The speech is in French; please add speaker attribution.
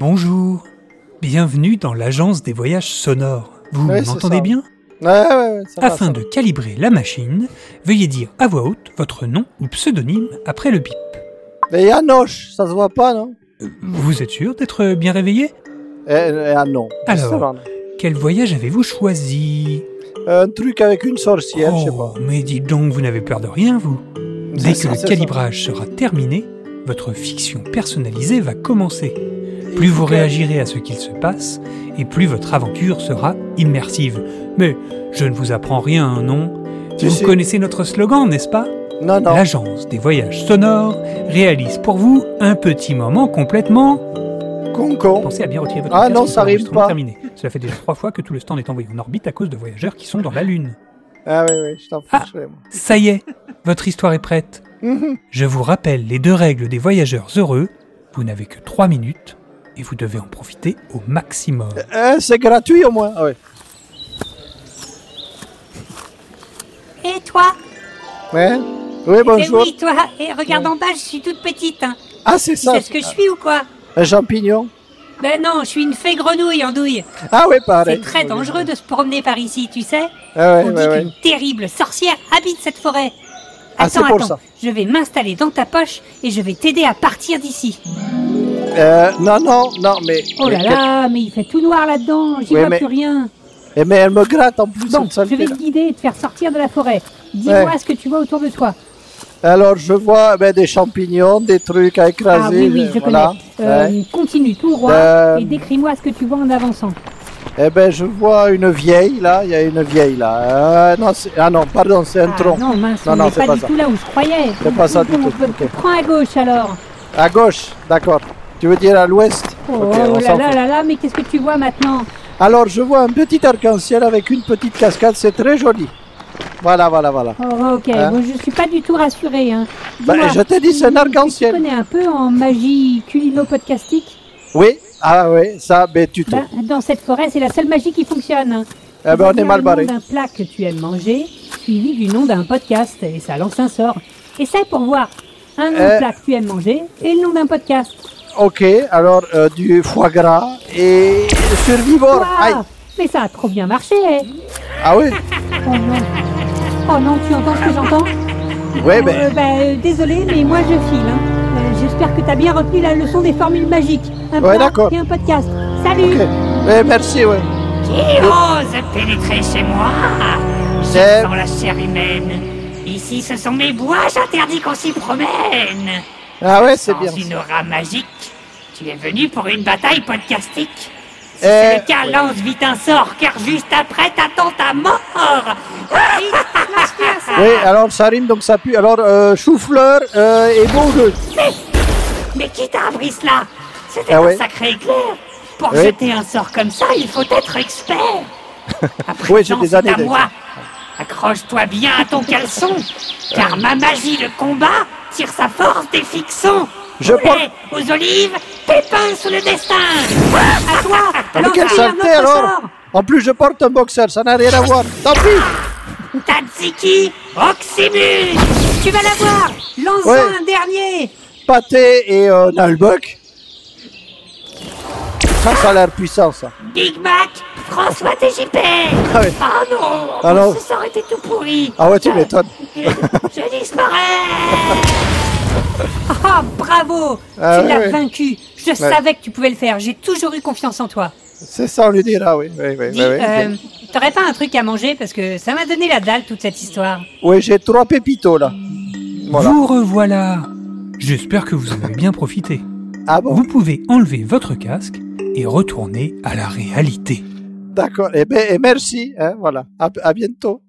Speaker 1: Bonjour, bienvenue dans l'agence des voyages sonores. Vous
Speaker 2: Ouais, c'est
Speaker 1: m'entendez
Speaker 2: ça.
Speaker 1: bien
Speaker 2: Ouais, ouais, ouais, ça va,
Speaker 1: Afin
Speaker 2: ça
Speaker 1: de calibrer la machine, veuillez dire à voix haute votre nom ou pseudonyme après le bip.
Speaker 2: va. Mais Yanoche, ça se voit pas, non
Speaker 1: Vous êtes sûr d'être bien réveillé
Speaker 2: eh, eh, Ah non.
Speaker 1: Alors.
Speaker 2: Ça va, non.
Speaker 1: Quel voyage avez-vous choisi
Speaker 2: Un truc avec une sorcière, je sais
Speaker 1: Oh,
Speaker 2: pas.
Speaker 1: mais dites donc, vous n'avez peur de rien, vous Dès
Speaker 2: C'est
Speaker 1: que
Speaker 2: ça,
Speaker 1: le
Speaker 2: c'est ça.
Speaker 1: calibrage sera terminé, votre fiction personnalisée va commencer.
Speaker 2: Il
Speaker 1: Plus
Speaker 2: faut
Speaker 1: vous
Speaker 2: que-
Speaker 1: réagirez à ce qu'il se passe, et plus votre aventure sera immersive. Mais je ne vous apprends rien, non
Speaker 2: Si,
Speaker 1: Vous
Speaker 2: si.
Speaker 1: connaissez notre slogan, n'est-ce pas
Speaker 2: Non, non.
Speaker 1: L'agence des voyages sonores réalise pour vous un petit moment complètement.
Speaker 2: Concon.
Speaker 1: Pensez à bien retirer votre
Speaker 2: Ah
Speaker 1: casque
Speaker 2: non,
Speaker 1: pour
Speaker 2: ça arrive
Speaker 1: l'enregistrement
Speaker 2: pas.
Speaker 1: Terminé. Cela fait déjà trois fois que tout le stand est envoyé en orbite à cause de voyageurs qui sont dans la Lune.
Speaker 2: Ah oui, oui, je t'en
Speaker 1: Ah.
Speaker 2: ficherai, moi.
Speaker 1: Ça y est, votre histoire est prête.
Speaker 2: Mhm.
Speaker 1: Je vous rappelle les deux règles des voyageurs heureux. Vous n'avez que trois minutes et vous devez en profiter au maximum.
Speaker 2: Eh, c'est gratuit au moins. Ah ouais.
Speaker 3: Et toi
Speaker 2: Ouais. Oui,
Speaker 3: Et
Speaker 2: bonjour.
Speaker 3: Eh ben oui, toi Et regarde en bas, je suis toute petite. Hein.
Speaker 2: Ah, c'est
Speaker 3: Tu
Speaker 2: ça.
Speaker 3: sais ce que je suis ou quoi
Speaker 2: Un champignon.
Speaker 3: Ben non, je suis une fée grenouille en douille.
Speaker 2: Ah oui, pareil.
Speaker 3: C'est très dangereux de se promener par ici, tu sais.
Speaker 2: Ah
Speaker 3: On
Speaker 2: ouais,
Speaker 3: dit
Speaker 2: ouais, ouais.
Speaker 3: qu'une terrible sorcière habite cette forêt.
Speaker 2: Ah,
Speaker 3: Attends,
Speaker 2: c'est pour
Speaker 3: attends.
Speaker 2: ça.
Speaker 3: Je vais m'installer dans ta poche et je vais t'aider à partir d'ici.
Speaker 2: Euh, non, non, non, mais.
Speaker 3: Oh là
Speaker 2: mais
Speaker 3: là, mais il fait tout noir là-dedans, j'y
Speaker 2: Ouais,
Speaker 3: vois
Speaker 2: mais-
Speaker 3: plus rien.
Speaker 2: que- Eh, mais elle me gratte en plus,
Speaker 3: Bon,
Speaker 2: cette
Speaker 3: je
Speaker 2: saleté,
Speaker 3: vais
Speaker 2: là.
Speaker 3: te guider et te faire sortir de la forêt. Dis-moi
Speaker 2: Ouais.
Speaker 3: ce que tu vois autour de toi.
Speaker 2: Alors, je vois ben, des champignons, des trucs à écraser.
Speaker 3: ah oui, oui,
Speaker 2: euh,
Speaker 3: je
Speaker 2: voilà.
Speaker 3: connais. Euh,
Speaker 2: Ouais.
Speaker 3: Continue tout droit
Speaker 2: Euh,
Speaker 3: et décris-moi ce que tu vois en avançant.
Speaker 2: Eh ben, je vois une vieille là, il y a une vieille là. Euh, non, c'est- ah non, pardon, c'est un
Speaker 3: Ah,
Speaker 2: tronc.
Speaker 3: Non, mince,
Speaker 2: Non,
Speaker 3: on
Speaker 2: non,
Speaker 3: n'est
Speaker 2: c'est
Speaker 3: pas,
Speaker 2: pas
Speaker 3: du
Speaker 2: ça.
Speaker 3: tout là où je croyais.
Speaker 2: C'est pas ça du
Speaker 3: Bon,
Speaker 2: tout, ok.
Speaker 3: Prends à gauche alors.
Speaker 2: À gauche, d'accord. Tu veux dire à l'ouest
Speaker 3: Oh,
Speaker 2: Ok,
Speaker 3: oh
Speaker 2: on
Speaker 3: là
Speaker 2: s'en
Speaker 3: là
Speaker 2: fout.
Speaker 3: là là, mais qu'est-ce que tu vois maintenant
Speaker 2: Alors, je vois un petit arc-en-ciel avec une petite cascade, c'est très joli. Voilà, voilà, voilà.
Speaker 3: Oh, ok,
Speaker 2: Hein
Speaker 3: bon, je suis pas du tout rassurée. Hein.
Speaker 2: Bah,
Speaker 3: Dis-moi,
Speaker 2: je t'ai dit, c'est un
Speaker 3: Tu
Speaker 2: arc-en-ciel.
Speaker 3: connais un peu en magie culino-podcastique
Speaker 2: Oui, ah oui, ça, ben, tu te.
Speaker 3: Bah, Dans cette forêt, c'est la seule magie qui fonctionne. hein.
Speaker 2: eh ben, on est
Speaker 3: Dire
Speaker 2: mal
Speaker 3: Le
Speaker 2: barré.
Speaker 3: nom d'un plat que tu aimes manger, suivi du nom d'un podcast, et ça lance un sort. Essaye pour voir. Un nom
Speaker 2: Euh.
Speaker 3: de plat que tu aimes manger et le nom d'un podcast.
Speaker 2: Ok, alors, euh, du foie gras et survivor.
Speaker 3: Ouah,
Speaker 2: Aïe.
Speaker 3: mais ça a trop bien marché. hein.
Speaker 2: Ah oui
Speaker 3: Oh non. Oh non, tu entends ce que j'entends
Speaker 2: Oui,
Speaker 3: Euh,
Speaker 2: ben.
Speaker 3: bah, euh, désolé, mais moi je file. hein. Euh, J'espère que t'as bien retenu la leçon des formules magiques. Un
Speaker 2: Ouais,
Speaker 3: plat
Speaker 2: d'accord.
Speaker 3: et un podcast. Salut
Speaker 2: ok. Eh, merci, oui.
Speaker 4: Qui ose pénétrer chez moi
Speaker 2: Eh,
Speaker 4: Je sens la chair humaine. Ici, ce sont mes bois, j'interdis qu'on s'y promène.
Speaker 2: Ah ouais, c'est
Speaker 4: Dans
Speaker 2: bien.
Speaker 4: une aura magique, tu es venu pour une bataille podcastique. Si
Speaker 2: Eh,
Speaker 4: c'est le cas, lance vite un sort, car juste après, t'attends ta mort.
Speaker 2: Oui, alors ça rime donc ça pue. Alors, euh, chou-fleur euh, et bon jeu.
Speaker 4: Mais qui t'a appris cela C'était
Speaker 2: Ah
Speaker 4: un
Speaker 2: ouais.
Speaker 4: sacré éclair. Pour
Speaker 2: Oui.
Speaker 4: jeter un sort comme ça, il faut être expert. Après,
Speaker 2: Oui, j'ai des
Speaker 4: c'est
Speaker 2: années
Speaker 4: à
Speaker 2: d'expert.
Speaker 4: moi. Accroche-toi bien à ton caleçon, car ma magie de combat tire sa force des fictions.
Speaker 2: Je
Speaker 4: Poulet aux olives, pépins sous le destin. À toi,
Speaker 2: Ah, Mais quelle
Speaker 3: Lancer un
Speaker 2: saleté
Speaker 3: autre
Speaker 2: alors
Speaker 3: sort.
Speaker 2: oh. En plus, je porte un boxeur, ça n'a rien à voir. Tant pis
Speaker 4: Tatsiki, Oxymus.
Speaker 3: Tu vas l'avoir Lance
Speaker 2: Ouais.
Speaker 3: un dernier
Speaker 2: Pâté et euh, Nalbuck. Ça, ça a l'air puissant, ça.
Speaker 4: Big Mac, François TJP
Speaker 2: Ah ouais.
Speaker 4: Oh non
Speaker 2: Ah non.
Speaker 4: Ce sort était tout pourri
Speaker 2: Ah ouais, tu m'étonnes.
Speaker 4: Je, je disparais
Speaker 3: Ah, bravo
Speaker 2: Ah,
Speaker 3: Tu l'as
Speaker 2: ouais.
Speaker 3: vaincu Je savais que tu pouvais le faire, j'ai toujours eu confiance en toi.
Speaker 2: C'est ça, on lui dira, oui. Oui, oui,
Speaker 3: Dis,
Speaker 2: Bah oui. Oui,
Speaker 3: euh, t'aurais pas un truc à manger parce que ça m'a donné la dalle toute cette histoire.
Speaker 2: Oui, j'ai trois pépitos, là. Voilà.
Speaker 1: Vous revoilà J'espère que vous en avez bien profité.
Speaker 2: Ah bon
Speaker 1: Vous pouvez enlever votre casque et retourner à la réalité.
Speaker 2: ben, D'accord. Eh bien, merci. hein, voilà. À- à bientôt.